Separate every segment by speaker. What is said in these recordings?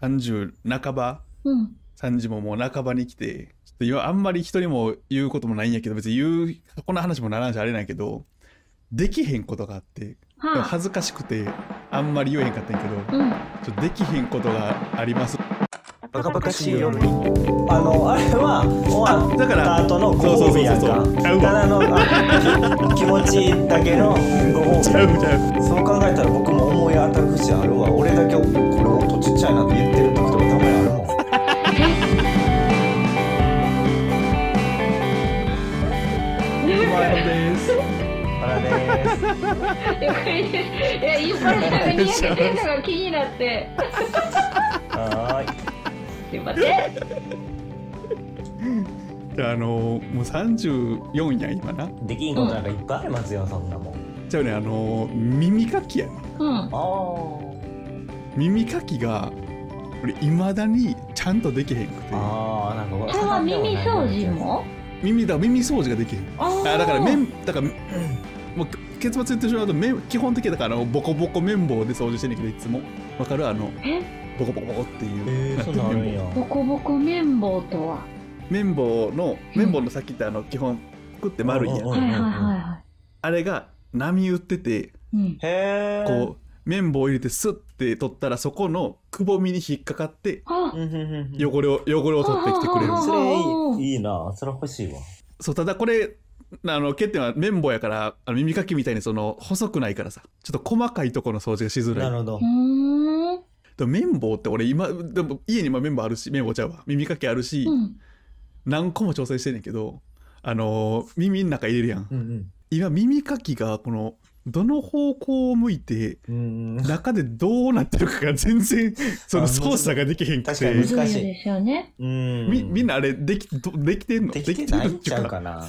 Speaker 1: 30半ば、
Speaker 2: うん。
Speaker 1: 3時ももう半ばに来て、ちょっと今あんまり人にも言うこともないんやけど、別に言う、こんな話もならんしあれなんやけど、できへんことがあって、
Speaker 2: はあ。
Speaker 1: 恥ずかしくて、あんまり言えへんかったんやけど、
Speaker 2: うん。
Speaker 1: ちょっとできへんことがあります。
Speaker 3: バカバカしいよ
Speaker 4: あのあれは終わ
Speaker 1: だ
Speaker 4: っ
Speaker 1: か
Speaker 4: た
Speaker 1: ら
Speaker 4: 後のご褒美やんか
Speaker 1: そうそうそうそうちゃうわ
Speaker 4: ただのあ気気持ちだけのご
Speaker 1: ち
Speaker 4: 褒
Speaker 1: ゃうちゃう。
Speaker 4: 美そう考えたら僕も思い当たる節あるわ俺だけこれ音ちっちゃいなって言ってる時とかたまにあるもん
Speaker 1: です。
Speaker 4: 原です
Speaker 2: ゆっくりです。いや、いっぱいなんかにやけてるのが気になって。
Speaker 4: はーい
Speaker 2: すいません。
Speaker 1: であのもう34やん今な
Speaker 4: できんことなんかいっぱいありますよそんなもん
Speaker 1: じゃあねあの耳かきやね
Speaker 2: うん。
Speaker 4: あ
Speaker 1: 耳かきが俺いまだにちゃんとできへんくて
Speaker 4: ーあーなんかこれ
Speaker 2: それは耳掃除も
Speaker 1: 耳だ耳掃除ができへん
Speaker 2: あー
Speaker 1: あだから綿だから、もう結末言ってしまうと綿基本的にだからあのボコボコ綿棒で掃除してんねんけどいつもわかるあの
Speaker 2: え
Speaker 1: ボコボコボコっていう、
Speaker 4: えー、そんなんあるんや
Speaker 2: ボコボコ綿棒とは。
Speaker 1: 綿棒の綿棒の先ってあの基本くって丸いやん
Speaker 4: うん
Speaker 2: はいはいはいは
Speaker 1: あれが波打ってて
Speaker 2: い。うん。
Speaker 4: へー
Speaker 1: こう綿棒を入れてスッて取ったらそこのくぼみに引っかかって
Speaker 2: あ
Speaker 4: うんうんうんうん
Speaker 1: 汚れを汚れを取ってきてくれる
Speaker 2: あ
Speaker 4: そ
Speaker 2: あ
Speaker 4: れいいいいなそれ欲しいわ
Speaker 1: そうただこれあの欠点は綿棒やからあの耳かきみたいにその細くないからさちょっと細かいとこの掃除がしづら
Speaker 4: ないるほど
Speaker 2: うーん。
Speaker 1: でも綿棒って俺今でも家にも綿棒あるし綿棒ちゃうわ耳かきあるし、
Speaker 2: うん。
Speaker 1: 何個も挑戦してんねんけどあのー耳の中入れるやん
Speaker 4: うんうん
Speaker 1: 今耳かきがこのどの方向を向いて
Speaker 4: うん
Speaker 1: 中でどうなってるかが全然 その操作ができへんく
Speaker 4: 確かに
Speaker 1: て
Speaker 4: 難しい
Speaker 2: そうですよね。
Speaker 4: うん
Speaker 1: みみんなあれできどできてんの
Speaker 4: できてないん
Speaker 1: できてるってい
Speaker 4: ちゃう
Speaker 1: うか
Speaker 4: かな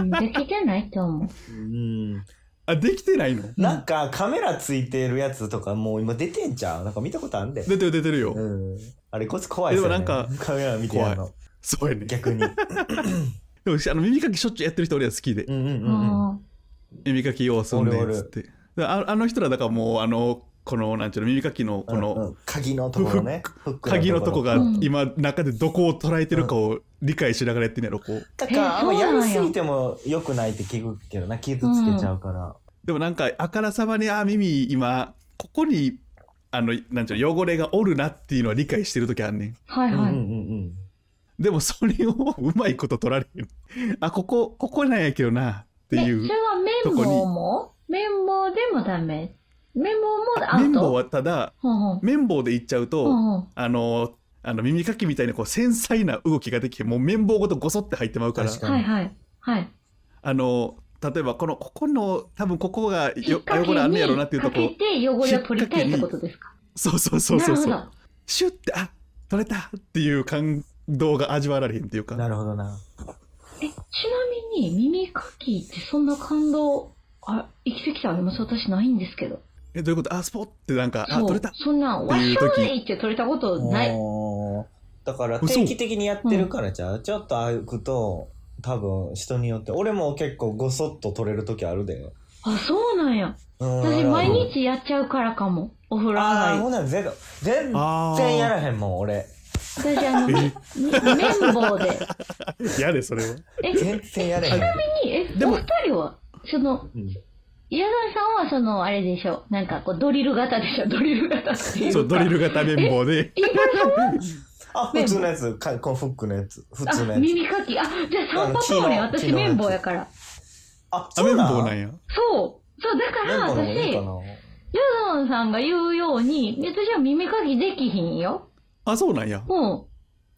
Speaker 2: うんできてないと思う。
Speaker 4: うん
Speaker 1: あできてないの
Speaker 4: なんかカメラついてるやつとかもう今出てんちゃうなんか見たことあんで、
Speaker 1: 出てる出てるよ、
Speaker 4: うん、あれこいつ怖いっすよ、ね、
Speaker 1: でもなんか
Speaker 4: カメラ見てやるの
Speaker 1: そうやね
Speaker 4: 逆に
Speaker 1: でもあの耳かきしょっちゅうやってる人俺は好きで、
Speaker 4: うんうんうんうん
Speaker 2: あ
Speaker 1: 耳かき要すんで
Speaker 4: おるお
Speaker 1: ん
Speaker 4: る
Speaker 1: つってでああの人らだからもうあのこのなんちゅうの耳かきのこ
Speaker 4: うんう
Speaker 1: の
Speaker 4: ん鍵のところねフック
Speaker 1: 鍵のとこが
Speaker 2: うん
Speaker 1: 今中でどこを捉えてるかを理解しながらやってんねやろこう
Speaker 4: だからあんま
Speaker 2: え
Speaker 4: や
Speaker 2: そうなん
Speaker 4: り
Speaker 2: や
Speaker 4: すぎても良くないって聞くけどな傷つけちゃうから、
Speaker 1: でもなんかあからさまにあ耳今ここにあのなんちゅうの汚れがおるなっていうのは理解してる時あんねん
Speaker 2: あ。はい
Speaker 4: うん、うん
Speaker 2: は
Speaker 4: うん
Speaker 2: い。
Speaker 4: うん
Speaker 1: でもそれをうまいこと取られへんあここここなんやけどなって
Speaker 2: え、それ
Speaker 1: いう
Speaker 2: は綿棒も綿棒でもダメ。綿棒もアウト。
Speaker 1: 綿棒はただ
Speaker 2: うんうん
Speaker 1: 綿棒でいっちゃうと、
Speaker 2: うんうん
Speaker 1: あのあの耳かきみたいなこう繊細な動きができてもう綿棒ごとゴソって入ってまうから
Speaker 4: 確か
Speaker 2: は
Speaker 4: に
Speaker 2: いはい。はい。
Speaker 1: あの例えばこのここの多分ここがよ
Speaker 2: 引っ掛け
Speaker 1: 汚れあんねやろなっていうと
Speaker 2: に
Speaker 1: こ
Speaker 2: かけて汚れを取りたいってことですか。
Speaker 1: そうそうそうそうそ
Speaker 2: なる
Speaker 1: うシュッてあ取れたっていう感動が味わられへんっていう
Speaker 4: な
Speaker 1: か
Speaker 4: るほどな
Speaker 2: ほど。え、ちなみに耳かきってそんな感動、あ、生きてきたあります私ないんですけど。
Speaker 1: えどういうことあスポッてなんかあ
Speaker 2: そう
Speaker 1: 取れた
Speaker 2: そんなん、
Speaker 1: って
Speaker 2: わっ
Speaker 1: いう
Speaker 2: し
Speaker 1: 時
Speaker 2: ょいって取れたことない。
Speaker 4: おーだから
Speaker 1: 嘘
Speaker 4: 定期的にやってるからじゃうちょっと歩くと多分人によって俺も結構ごそっと取れる時あるで
Speaker 2: あ、そうなんや。
Speaker 4: うん
Speaker 2: 私毎日やっちゃうからかも。お風呂上
Speaker 4: ああー
Speaker 2: が
Speaker 4: ほんならゼロ全
Speaker 1: あー
Speaker 4: 然やらへんもん俺
Speaker 2: り。私あの、め綿棒で。
Speaker 1: やれそれは
Speaker 2: え、ちな
Speaker 4: 全然やれへん、
Speaker 2: みに、え、
Speaker 1: で
Speaker 2: お
Speaker 1: も
Speaker 2: 二人は、その、
Speaker 4: うん
Speaker 2: 矢田さんはその、あれでしょ。なんかこう、ドリル型でしょ。ドリル型っていうか。
Speaker 1: そうドリル型綿棒で
Speaker 2: 今
Speaker 4: あ普通のやつかこのフックのやつ普
Speaker 2: あ
Speaker 4: 通の、やつ
Speaker 2: 耳かき。あ、じゃあ
Speaker 4: あ
Speaker 2: 散
Speaker 4: の
Speaker 2: 歩通り、私
Speaker 4: 木の木のやつ
Speaker 2: 綿棒やから。
Speaker 4: あ
Speaker 1: あ
Speaker 4: そう
Speaker 1: 綿
Speaker 4: なん
Speaker 1: 棒なんや
Speaker 2: そう。そう、だから
Speaker 4: 綿棒の方がい
Speaker 2: 私、
Speaker 4: い
Speaker 2: ヨ
Speaker 4: かな
Speaker 2: ドンさんが言うように、私は耳かきできひんよ。
Speaker 1: あそうなんやも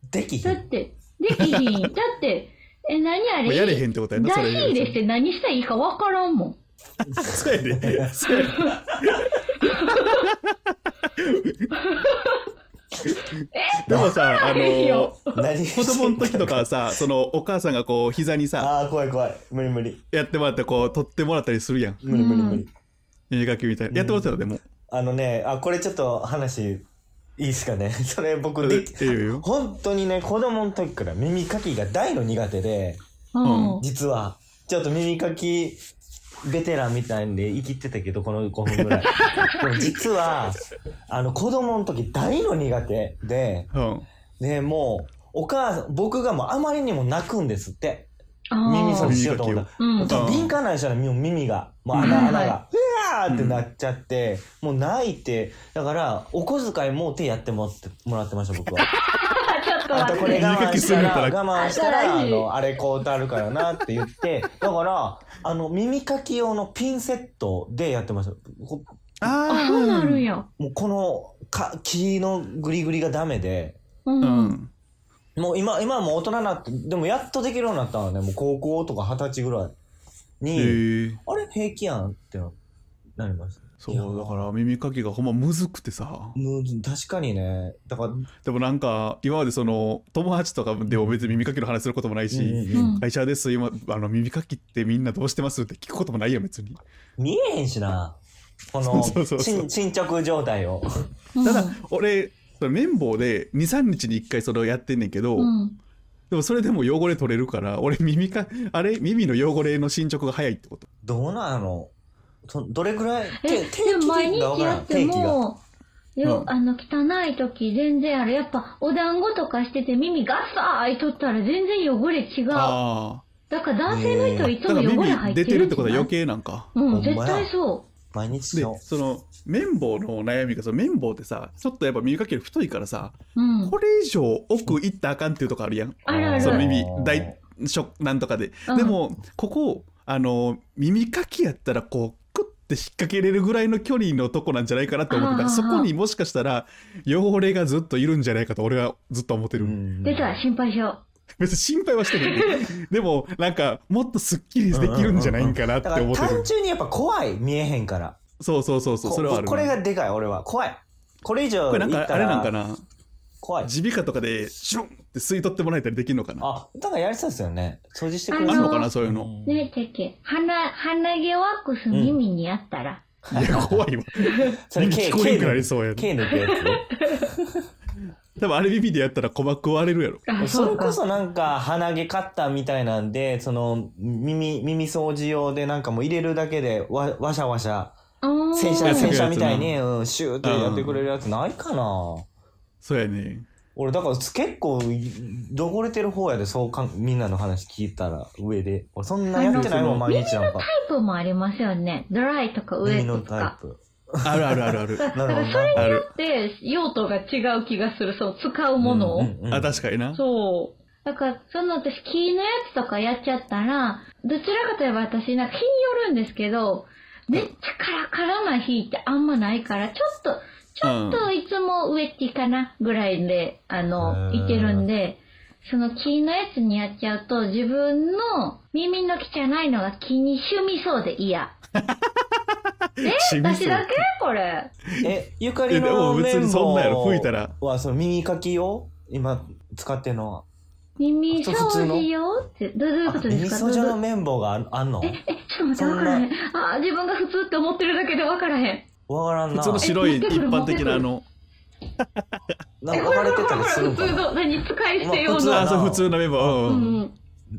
Speaker 2: うん。
Speaker 4: できひ
Speaker 2: だっ
Speaker 4: ん
Speaker 2: て、できひん。だって、え、何あ
Speaker 1: う
Speaker 2: れ
Speaker 1: やれへんってことや
Speaker 2: 出
Speaker 1: な
Speaker 2: し
Speaker 1: それ
Speaker 2: 入れして何したらいいかわからんもん。
Speaker 1: そうやでそうやででもさあ
Speaker 2: いい
Speaker 1: の
Speaker 2: よ
Speaker 4: 何
Speaker 1: 子供の時とかはさそのお母さんがこう膝にさ
Speaker 4: ああ怖い怖い無理無理
Speaker 1: やってもらってこう取ってもらったりするやん
Speaker 4: 無理無理無理、
Speaker 2: うん
Speaker 1: 耳かきみたいなやってもらってたでも
Speaker 4: あのねあこれちょっと話いいですかね それ僕でき
Speaker 1: ええよええよ
Speaker 4: 本当にね子供の時から耳かきが大の苦手で
Speaker 2: うん。
Speaker 4: 実はちょっと耳かきベテランみたいんで生きてたけど、この5分ぐらい。でも実は、あの、子供の時大の苦手で、
Speaker 1: うん。
Speaker 4: で、もう、お母さん、僕がもうあまりにも泣くんですって。
Speaker 2: あー
Speaker 4: 耳掃除しようと思ったら。
Speaker 2: うん。
Speaker 1: きを
Speaker 4: 敏感なんですよね、もう耳が。もう
Speaker 2: うん
Speaker 4: 穴、穴が。うわーってなっちゃって、もう泣いて、だから、お小遣いもう手やってもらってもらってました、僕は。
Speaker 2: ちょっと
Speaker 4: あ
Speaker 2: 待
Speaker 4: と
Speaker 2: って
Speaker 4: これ我慢したら、
Speaker 1: 耳かきするから
Speaker 4: 我慢したら、あ
Speaker 2: 新しい
Speaker 4: の、あれこうなるからなって言って、だから、あの、耳かき用のピンセットでやってました。こ
Speaker 1: あ
Speaker 2: あ、そうなるん
Speaker 1: や。
Speaker 2: や。
Speaker 4: もうこの、か、木のグリグリがダメで、
Speaker 2: うん。
Speaker 1: うん。
Speaker 4: もう今、今はもう大人になって、でもやっとできるようになったのね、もう高校とか二十歳ぐらい
Speaker 1: へ
Speaker 4: に、
Speaker 1: え。
Speaker 4: あれ平気やんってなりました。
Speaker 1: そ
Speaker 4: いやー
Speaker 1: う、だから耳かきがほんまむずくてさ。
Speaker 4: む確かにね。だから、
Speaker 1: でもなんか、今までその、友達とかでも別に耳かきの話することもない
Speaker 4: うん
Speaker 1: し、
Speaker 4: うんうん
Speaker 1: 会社です、今、あの、耳かきってみんなどうしてますって聞くこともないよ、別に。
Speaker 4: 見えへんしな。この
Speaker 1: そうそうそう
Speaker 4: 進進捗状態を。
Speaker 2: うん
Speaker 1: ただ、俺、その綿棒で2、3日に1回それをやってんねんけど、
Speaker 2: うん。
Speaker 1: でもそれでも汚れ取れるから、俺耳か、あれ耳の汚れの進捗が早いってこと。
Speaker 4: どうなのそどれぐらい
Speaker 2: え、
Speaker 4: て
Speaker 2: でも毎
Speaker 4: がわ
Speaker 2: 日
Speaker 4: から
Speaker 2: や
Speaker 4: ん
Speaker 2: って
Speaker 4: 定期が。
Speaker 2: も、よ、あの、汚い時全然あれ、やっぱお団子とかしてて耳ガサーいとったら全然汚れ違う。だ
Speaker 1: あ
Speaker 2: から男性の人はい
Speaker 1: あ。
Speaker 2: つ
Speaker 1: だから
Speaker 2: も汚れ入
Speaker 1: 耳
Speaker 2: っ
Speaker 1: 出
Speaker 2: てる
Speaker 1: てるってことは
Speaker 2: んじゃない
Speaker 1: 余計なんか。
Speaker 2: うん、
Speaker 4: ほんま
Speaker 2: 絶
Speaker 4: や
Speaker 2: 対そ
Speaker 4: 毎日
Speaker 1: で
Speaker 4: の。
Speaker 1: その綿棒の悩みがその綿棒ってさちょっとやっぱ耳かきより太いからさ、
Speaker 2: う。うん
Speaker 1: こ。れ以上奥行ったらあかんっていうとこあるやん
Speaker 2: あるある。
Speaker 1: その
Speaker 2: う
Speaker 1: 耳大しょなんとかで、
Speaker 2: ん
Speaker 1: で、もここあの耳かきやったらこうクッて引っ掛けれるぐらいの距離のとこなんじゃないかなって思ってた
Speaker 2: あー
Speaker 1: そこにもしかしたら汚れがずっといるんじゃないかと俺はずっと思ってる、
Speaker 4: うん
Speaker 2: 出た、心配性。
Speaker 1: 別に心配はしてないでもなんかもっとすっきりできるんじゃないんかなって
Speaker 4: だか
Speaker 1: 思
Speaker 4: ら
Speaker 1: ってる
Speaker 4: 単純にやっぱ怖い。見えへんから。
Speaker 1: そうそうそうそう
Speaker 4: こ
Speaker 1: それはある
Speaker 4: これがでかい、俺は。怖い。これ以上
Speaker 1: これ
Speaker 4: い
Speaker 1: なん
Speaker 4: っ
Speaker 1: か
Speaker 4: た
Speaker 1: あれなんからな
Speaker 4: 怖い。
Speaker 1: 耳鼻科とかでシュンって吸い取ってもらえたりできるのかなあ
Speaker 4: あ、だからやりそうですよね。掃除してくれ
Speaker 2: あ
Speaker 1: んのか
Speaker 2: あ
Speaker 1: なそういうの。
Speaker 4: うん
Speaker 2: ねえ、てっけ。鼻、鼻毛ワックス耳にあったら。
Speaker 1: いや怖いわ
Speaker 4: それ
Speaker 1: 耳
Speaker 4: 毛
Speaker 1: 聞こえんくなりそうや
Speaker 4: 毛
Speaker 1: ね
Speaker 4: 抜くや
Speaker 1: 多分あれ耳でやったら鼓膜割れるやろ
Speaker 2: あ、
Speaker 4: つそれ
Speaker 2: う
Speaker 4: こ
Speaker 2: か。
Speaker 4: そなんか鼻毛カッターみたいなんでその耳耳掃除用でなんかもう入れるだけでわわしゃわしゃ
Speaker 2: あー
Speaker 4: 洗車
Speaker 1: やつ
Speaker 4: 洗車みたいに、うん、シューってやってくれるやつないかな、
Speaker 1: そうやね
Speaker 4: 俺だから結構汚れてる方やでそうかんみんなの話聞いたら上で俺そんなやってないもん
Speaker 1: あ
Speaker 4: 毎日なんか
Speaker 2: タイプもありますよね。ドライとかウェ
Speaker 4: 耳
Speaker 2: ッ
Speaker 4: の
Speaker 2: トと
Speaker 4: タ
Speaker 2: か
Speaker 4: イ。プ
Speaker 1: あるあるあるある
Speaker 2: だか
Speaker 4: なるほ
Speaker 2: ら
Speaker 4: ど
Speaker 2: それ
Speaker 1: ある、
Speaker 2: って用途が違う気がする。そう、使うものを。
Speaker 4: うんうんうん
Speaker 1: あ確かにな
Speaker 2: そう。だから、その私、木のやつとかやっちゃったら、どちらかといえば私、なんか日によるんですけど、めっちゃカラカラな日ってあんまないから、ちょっと、ちょっといつもウエッティかなぐらいで、あの、
Speaker 4: へー
Speaker 2: いてるんで、その木のやつにやっちゃうと、自分の耳の毛じゃないのが気にしみそうで嫌。
Speaker 1: 染みそ
Speaker 2: 私
Speaker 1: う
Speaker 2: だけこれ。
Speaker 4: えゆか
Speaker 1: いや
Speaker 4: り
Speaker 1: でも
Speaker 4: の
Speaker 1: 別にそんなやろ
Speaker 4: 綿棒
Speaker 1: 吹いたら
Speaker 4: はその耳かきを今使ってんのは
Speaker 2: 耳掃
Speaker 4: あ普通の
Speaker 2: 除よって、どうどういうことですか
Speaker 4: あ味
Speaker 2: ど
Speaker 4: 噌
Speaker 2: う
Speaker 4: 状
Speaker 2: ど
Speaker 4: の
Speaker 2: う
Speaker 4: 綿棒がああんの
Speaker 2: え、ちょっと待って、わからへん。あー、自分が普通って思ってるだけでわからへん。
Speaker 4: わからん
Speaker 1: 普
Speaker 4: な。
Speaker 1: 通の白い一般的なあの
Speaker 4: なん
Speaker 2: え、
Speaker 4: か
Speaker 2: こ
Speaker 4: 分
Speaker 2: れこれ
Speaker 4: かれ
Speaker 2: こ
Speaker 4: て
Speaker 2: れ
Speaker 4: た
Speaker 2: こ
Speaker 4: りす
Speaker 2: れ
Speaker 4: る
Speaker 2: 普
Speaker 4: んか
Speaker 2: 通
Speaker 4: な。
Speaker 2: の、何、使い捨て用
Speaker 4: ま
Speaker 1: あ
Speaker 4: あ
Speaker 2: の。
Speaker 1: そう普通のメンバー
Speaker 2: う
Speaker 1: うんうん
Speaker 2: ん。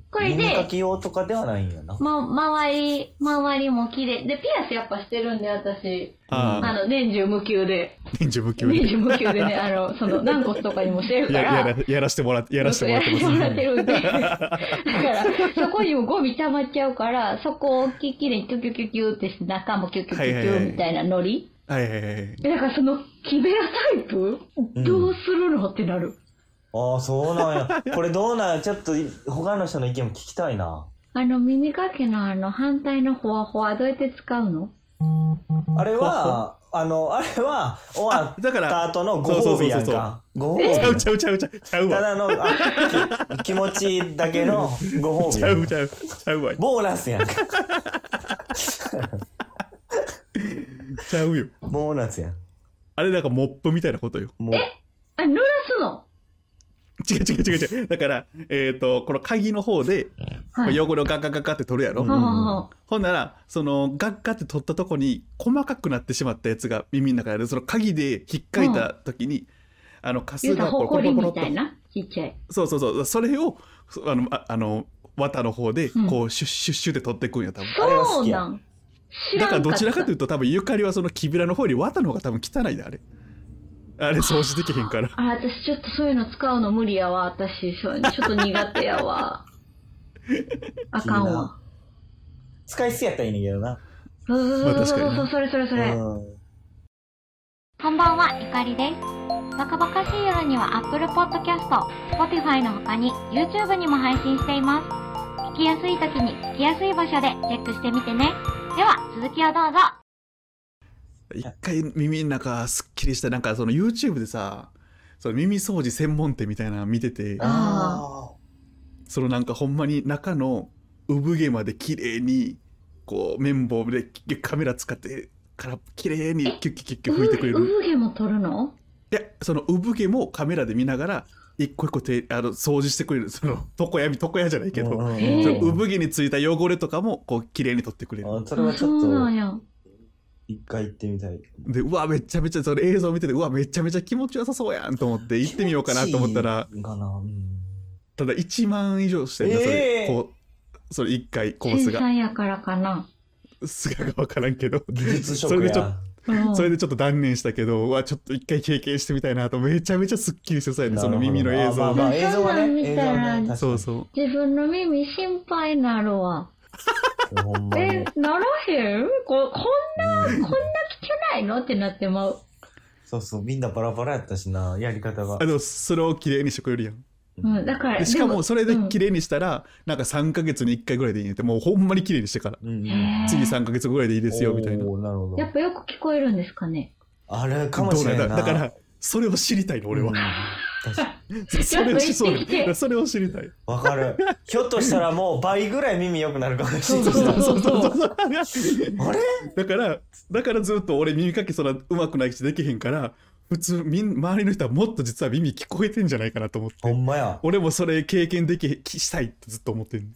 Speaker 2: これ
Speaker 4: 耳か
Speaker 2: で、
Speaker 4: き用とかではないんやな。
Speaker 2: ま、周り、周りも綺麗。で、ピアスやっぱしてるんで、私。あ
Speaker 1: ああ
Speaker 2: の、年中無休で。
Speaker 1: 年中無休で
Speaker 2: 年中無休でね、あの、その、軟骨とかにもしてるか
Speaker 1: やや
Speaker 2: ら。
Speaker 1: らやらしてもらってやらしてもらってます
Speaker 2: やらせてもらってるんで。だから、そこにもゴミ溜まっちゃうから、そこをききれいにキュキュキュキュってして、中もキュキュキュキュみたいなノリ。
Speaker 1: はいはいはい
Speaker 2: えだからその、木ベラタイプ
Speaker 4: うん
Speaker 2: どうするのってなる。
Speaker 4: ああ、そうなんや。これどうなんや。ちょっとい他の人の意見も聞きたいな。
Speaker 2: あの、耳かきのあの、反対のほわほわどうやって使うの
Speaker 4: あ れは、あの、あれは終
Speaker 1: あ
Speaker 4: わ
Speaker 1: だか
Speaker 4: っ
Speaker 1: ら
Speaker 4: た後のご褒美やん
Speaker 1: そうそうそうそう
Speaker 4: か。ご
Speaker 1: ちゃう
Speaker 4: 褒美。
Speaker 1: ちゃうちゃうちゃうちゃう
Speaker 4: た
Speaker 1: わ
Speaker 4: だのあき気持ちいいだけのご褒
Speaker 1: ちゃう
Speaker 4: 美。
Speaker 1: ちゃうちゃうわ
Speaker 4: ボーナスやんか。
Speaker 1: ちゃうよ
Speaker 4: ボーナスやん。
Speaker 1: あれなんかモップみたいなことよ
Speaker 4: もう。
Speaker 2: あ、濡らすの
Speaker 1: 違う違う違う違う。だから、えっ、と、この鍵の方で、
Speaker 2: はい。
Speaker 1: 汚れをガッガッガッガッって取るやろ。
Speaker 4: うん
Speaker 2: はあは
Speaker 1: ほんなら、その、ガッガッって取ったとこに、細かくなってしまったやつが耳の中で、その鍵で引っかいた時に、あの、カ
Speaker 2: 言
Speaker 1: ス
Speaker 2: うたら
Speaker 1: が
Speaker 2: ほ
Speaker 1: こう、コ
Speaker 2: こ
Speaker 1: ロ
Speaker 2: り
Speaker 1: コロコ
Speaker 2: みた
Speaker 1: ロ
Speaker 2: い
Speaker 1: っ
Speaker 2: な。ちっちゃい。
Speaker 1: と。そうそうそう。それを、そあの、ああの、綿の方で、
Speaker 2: うん
Speaker 1: こう、シュッシュッシュッで取っていくんや、多分。
Speaker 4: あれは好
Speaker 2: そう
Speaker 4: きや
Speaker 2: なん。知ら
Speaker 1: だ
Speaker 2: ん
Speaker 1: か
Speaker 2: か
Speaker 1: ら
Speaker 2: った。
Speaker 1: どちらかというと多分ゆかりはその木びらの方より綿の方が多分汚いであれあれ掃除できへんから
Speaker 2: あ、私ちょっとそういうの使うの無理やわ。私、そういうのちょっと苦手やわ。あか ん
Speaker 4: いい
Speaker 2: わ
Speaker 4: な。使い捨てやったらいいねんけどな。
Speaker 2: そうそう
Speaker 1: まあ
Speaker 2: そう
Speaker 1: 確かに
Speaker 2: そう
Speaker 1: ね
Speaker 2: そう、それそれそうれ。
Speaker 4: ん。
Speaker 5: こんばんは、ゆかりです。バカバカしい夜には Apple Podcast、Spotify の他に YouTube にも配信しています。聞きやすい時に聞きやすい場所でチェックしてみてね。では、続きをどうぞ。
Speaker 1: 一回耳の中すっきりしたなんかその YouTube でさその耳掃除専門店みたいなの見てて
Speaker 4: あ
Speaker 1: そのなんかほんまに中の産毛まで綺麗にこう綿棒でカメラ使ってから綺麗にキュッキュッキュッキュ拭いてくれ
Speaker 2: う
Speaker 1: る
Speaker 2: 産毛も取るの
Speaker 1: いやその産毛もカメラで見ながら一個一個手あの掃除してくれるその床闇床屋じゃない
Speaker 4: あ。
Speaker 1: けど、
Speaker 4: うんうんうん
Speaker 2: へ
Speaker 1: その
Speaker 2: ー
Speaker 1: 産毛についた汚れとかもこう綺麗に取ってくれる
Speaker 4: あそれ
Speaker 2: あ
Speaker 4: はちょ
Speaker 2: そ
Speaker 4: っ
Speaker 2: うな
Speaker 4: と
Speaker 2: んや。
Speaker 4: 一回行ってみたい。
Speaker 1: でうわめちゃめちゃそれ映像見ててうわめちゃめちゃ気持ちよさそうやんと思って行ってみようかなと思ったら
Speaker 4: 気持ちいいかな。うん
Speaker 1: ただ1万以上してんだそれ、
Speaker 4: ええ
Speaker 1: こうそれ1回コー
Speaker 2: 繊
Speaker 1: スが
Speaker 2: 細やからか な。
Speaker 1: すがが分からんけど
Speaker 4: 技術
Speaker 1: そ
Speaker 4: 職
Speaker 1: れでちょ
Speaker 4: や。
Speaker 2: うん
Speaker 1: それでちょっと断念したけどうわちょっと1回経験してみたいなとめちゃめちゃすっきりしてそうやねその耳の映
Speaker 4: まあ
Speaker 1: 像
Speaker 4: ま
Speaker 1: が
Speaker 4: あ映像は
Speaker 2: そんなん
Speaker 4: ね。
Speaker 2: 見
Speaker 4: 映
Speaker 2: た
Speaker 4: 像
Speaker 2: ら
Speaker 4: はね。
Speaker 1: そう
Speaker 4: う。
Speaker 1: そう
Speaker 2: 自分の耳心配なるわ。
Speaker 4: ほんまに
Speaker 2: え、ならへんここん
Speaker 4: うん
Speaker 2: こんな汚いのってなってまう。
Speaker 4: そうそう、みんなバラバラやったしな、やり方が
Speaker 1: あ。のそれを綺麗にしてくれるやん
Speaker 2: うん、だから、
Speaker 1: でしか
Speaker 2: で
Speaker 1: もそれで
Speaker 2: うん
Speaker 1: 綺麗にしたら、なんか3ヶ月に1回ぐらいでいいねってもうほんまに綺麗にしてから
Speaker 4: うん
Speaker 2: へー
Speaker 1: 次3ヶ月ぐらいでいいですよみたいな
Speaker 4: おーなるほど
Speaker 2: やっぱよく聞こえるんですかね。
Speaker 4: あれかもしれん
Speaker 1: ど
Speaker 4: な
Speaker 1: う
Speaker 4: い
Speaker 1: んだだからそれを知りたいの俺は、
Speaker 4: うん 確か
Speaker 1: それをしそう
Speaker 2: ちょっと言ってきて
Speaker 1: それを知りたい
Speaker 4: にわかる。ひょっとしたらもう倍ぐらい耳良くなるかもしれ
Speaker 2: そう
Speaker 4: ない。
Speaker 2: そうそう
Speaker 1: そうそう
Speaker 4: あれ
Speaker 1: だからだからずっと俺耳かきそらうまくないしできへんから普通みん周りの人はもっと実は耳聞こえてんじゃないかなと思っ
Speaker 4: ほ
Speaker 1: て
Speaker 4: んまや。
Speaker 1: 俺もそれ経験でききしたいってずっと思ってる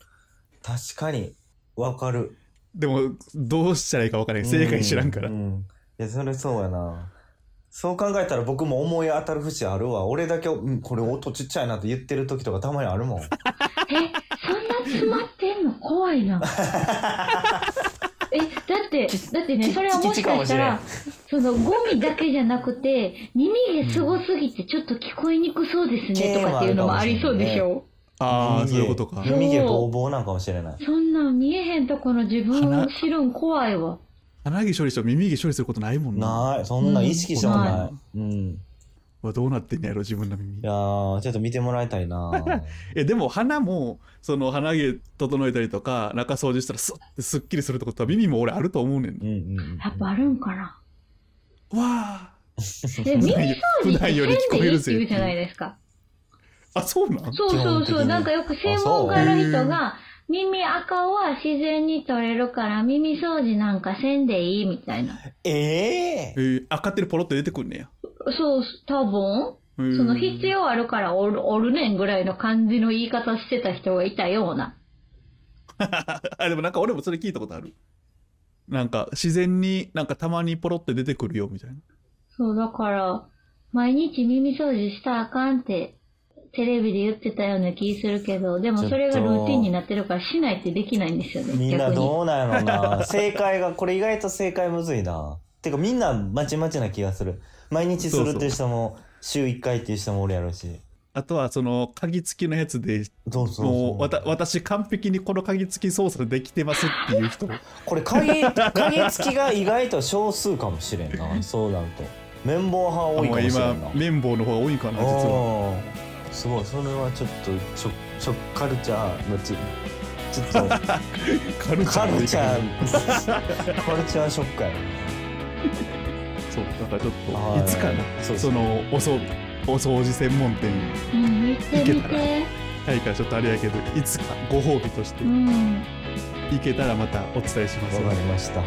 Speaker 4: 確かに。わかる。
Speaker 1: でもどうしたらいいか分からない正解知らんから、
Speaker 4: うんうんいや、それそうやな。そう考えたら僕も思い当たる節あるわ。俺だけ、うん、これ音ちっちゃいなって言ってる時とかたまにあるもん。
Speaker 2: え、そんな詰まってんの怖い な。え、だって、だってね、それはもしかしたら、そのゴミだけじゃなくて、耳毛すごすぎてちょっと聞こえにくそうですねとかっていうのもありそうでしょ。
Speaker 1: ああそういうことか
Speaker 2: そう
Speaker 4: 耳毛ボーボーなんかもしれない。
Speaker 2: そんなん見えへんとこの自分を知るん怖いわ。
Speaker 1: 鼻毛処理しても耳毛処理することないもんな
Speaker 4: ない。そんなん意識したことない。うん。
Speaker 1: うわどうなってんねやろ自分の耳
Speaker 4: いやー、ちょっと見てもらいたいな
Speaker 1: えでも鼻もその鼻毛整えたりとか中掃除したらスッてすっきりするってことは耳も俺あると思うねん
Speaker 4: うんうんうん。
Speaker 2: やっぱあるんか な。
Speaker 1: わあ
Speaker 2: で、耳掃
Speaker 1: 普
Speaker 2: 除って線
Speaker 1: 段
Speaker 2: で
Speaker 1: より聞こえ
Speaker 2: いい
Speaker 1: る
Speaker 2: って
Speaker 1: ぜ
Speaker 2: 言うじゃないですか。
Speaker 1: あそうなん
Speaker 2: そうそうそ
Speaker 4: 基本的
Speaker 2: う。
Speaker 4: に
Speaker 2: なんかよく専門家の人が、耳赤は自然に取れるから耳掃除なんかせんでいいみたいな。
Speaker 4: ええ
Speaker 1: えー、赤手でポロって出てくんねや
Speaker 2: そう、多分、
Speaker 1: えー
Speaker 2: その必要あるからおるおるねんぐらいの感じの言い方してた人がいたような。
Speaker 1: あでもなんか俺もそれ聞いたことあるなんか自然になんかたまにポロって出てくるよみたいな
Speaker 2: そう、だから、毎日耳掃除したらあかんって、テレビで言ってたような気するけど、でもそれがルーティンになってるからしないってできないんですよね。
Speaker 4: みん
Speaker 2: 逆
Speaker 4: な
Speaker 2: に。
Speaker 4: どうなんやろな正解が、これ意外と正解むずいな。てかみんなまちまちな気がする。毎日するっていう人も、週1回っていう人もおるやろうし。
Speaker 1: あとはその鍵付きのやつで
Speaker 4: そうそうそう
Speaker 1: もうわた私完璧にこの鍵付き操作できてますっていう 人
Speaker 4: これ鍵、鍵付きが意外と少数かもしれんな。そうなる と。綿棒派多いかもしれんな
Speaker 1: 今。綿棒の方が多いかな実は
Speaker 4: おーすごい。それはちょっと、ちょ、ちょ、カルチャーのち、ちょ っと。
Speaker 1: カルチ
Speaker 4: カ
Speaker 1: ャー
Speaker 4: ルチャ
Speaker 1: で
Speaker 4: ー、カルチャーショックや
Speaker 1: そうだからちょっ
Speaker 4: は
Speaker 1: といつかな
Speaker 4: そうそ
Speaker 1: そうのおそお掃除専門店
Speaker 2: うん、見て見て。
Speaker 1: はいからちょっとあれやけどいつかご褒美として
Speaker 2: うん。
Speaker 1: 行けたらまたお伝えします
Speaker 4: わかりました。
Speaker 1: は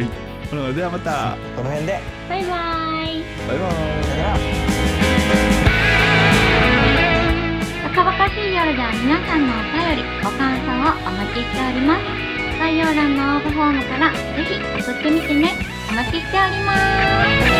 Speaker 1: いなのでではまた
Speaker 4: この辺で、
Speaker 2: バイバーイ。
Speaker 1: バイバーイ
Speaker 4: さよなら。
Speaker 5: バカバカしい夜では皆さんのお便り、ご感想をお待ちしております。概要欄の応募フォームからぜひ送ってみてね。お待ちしております。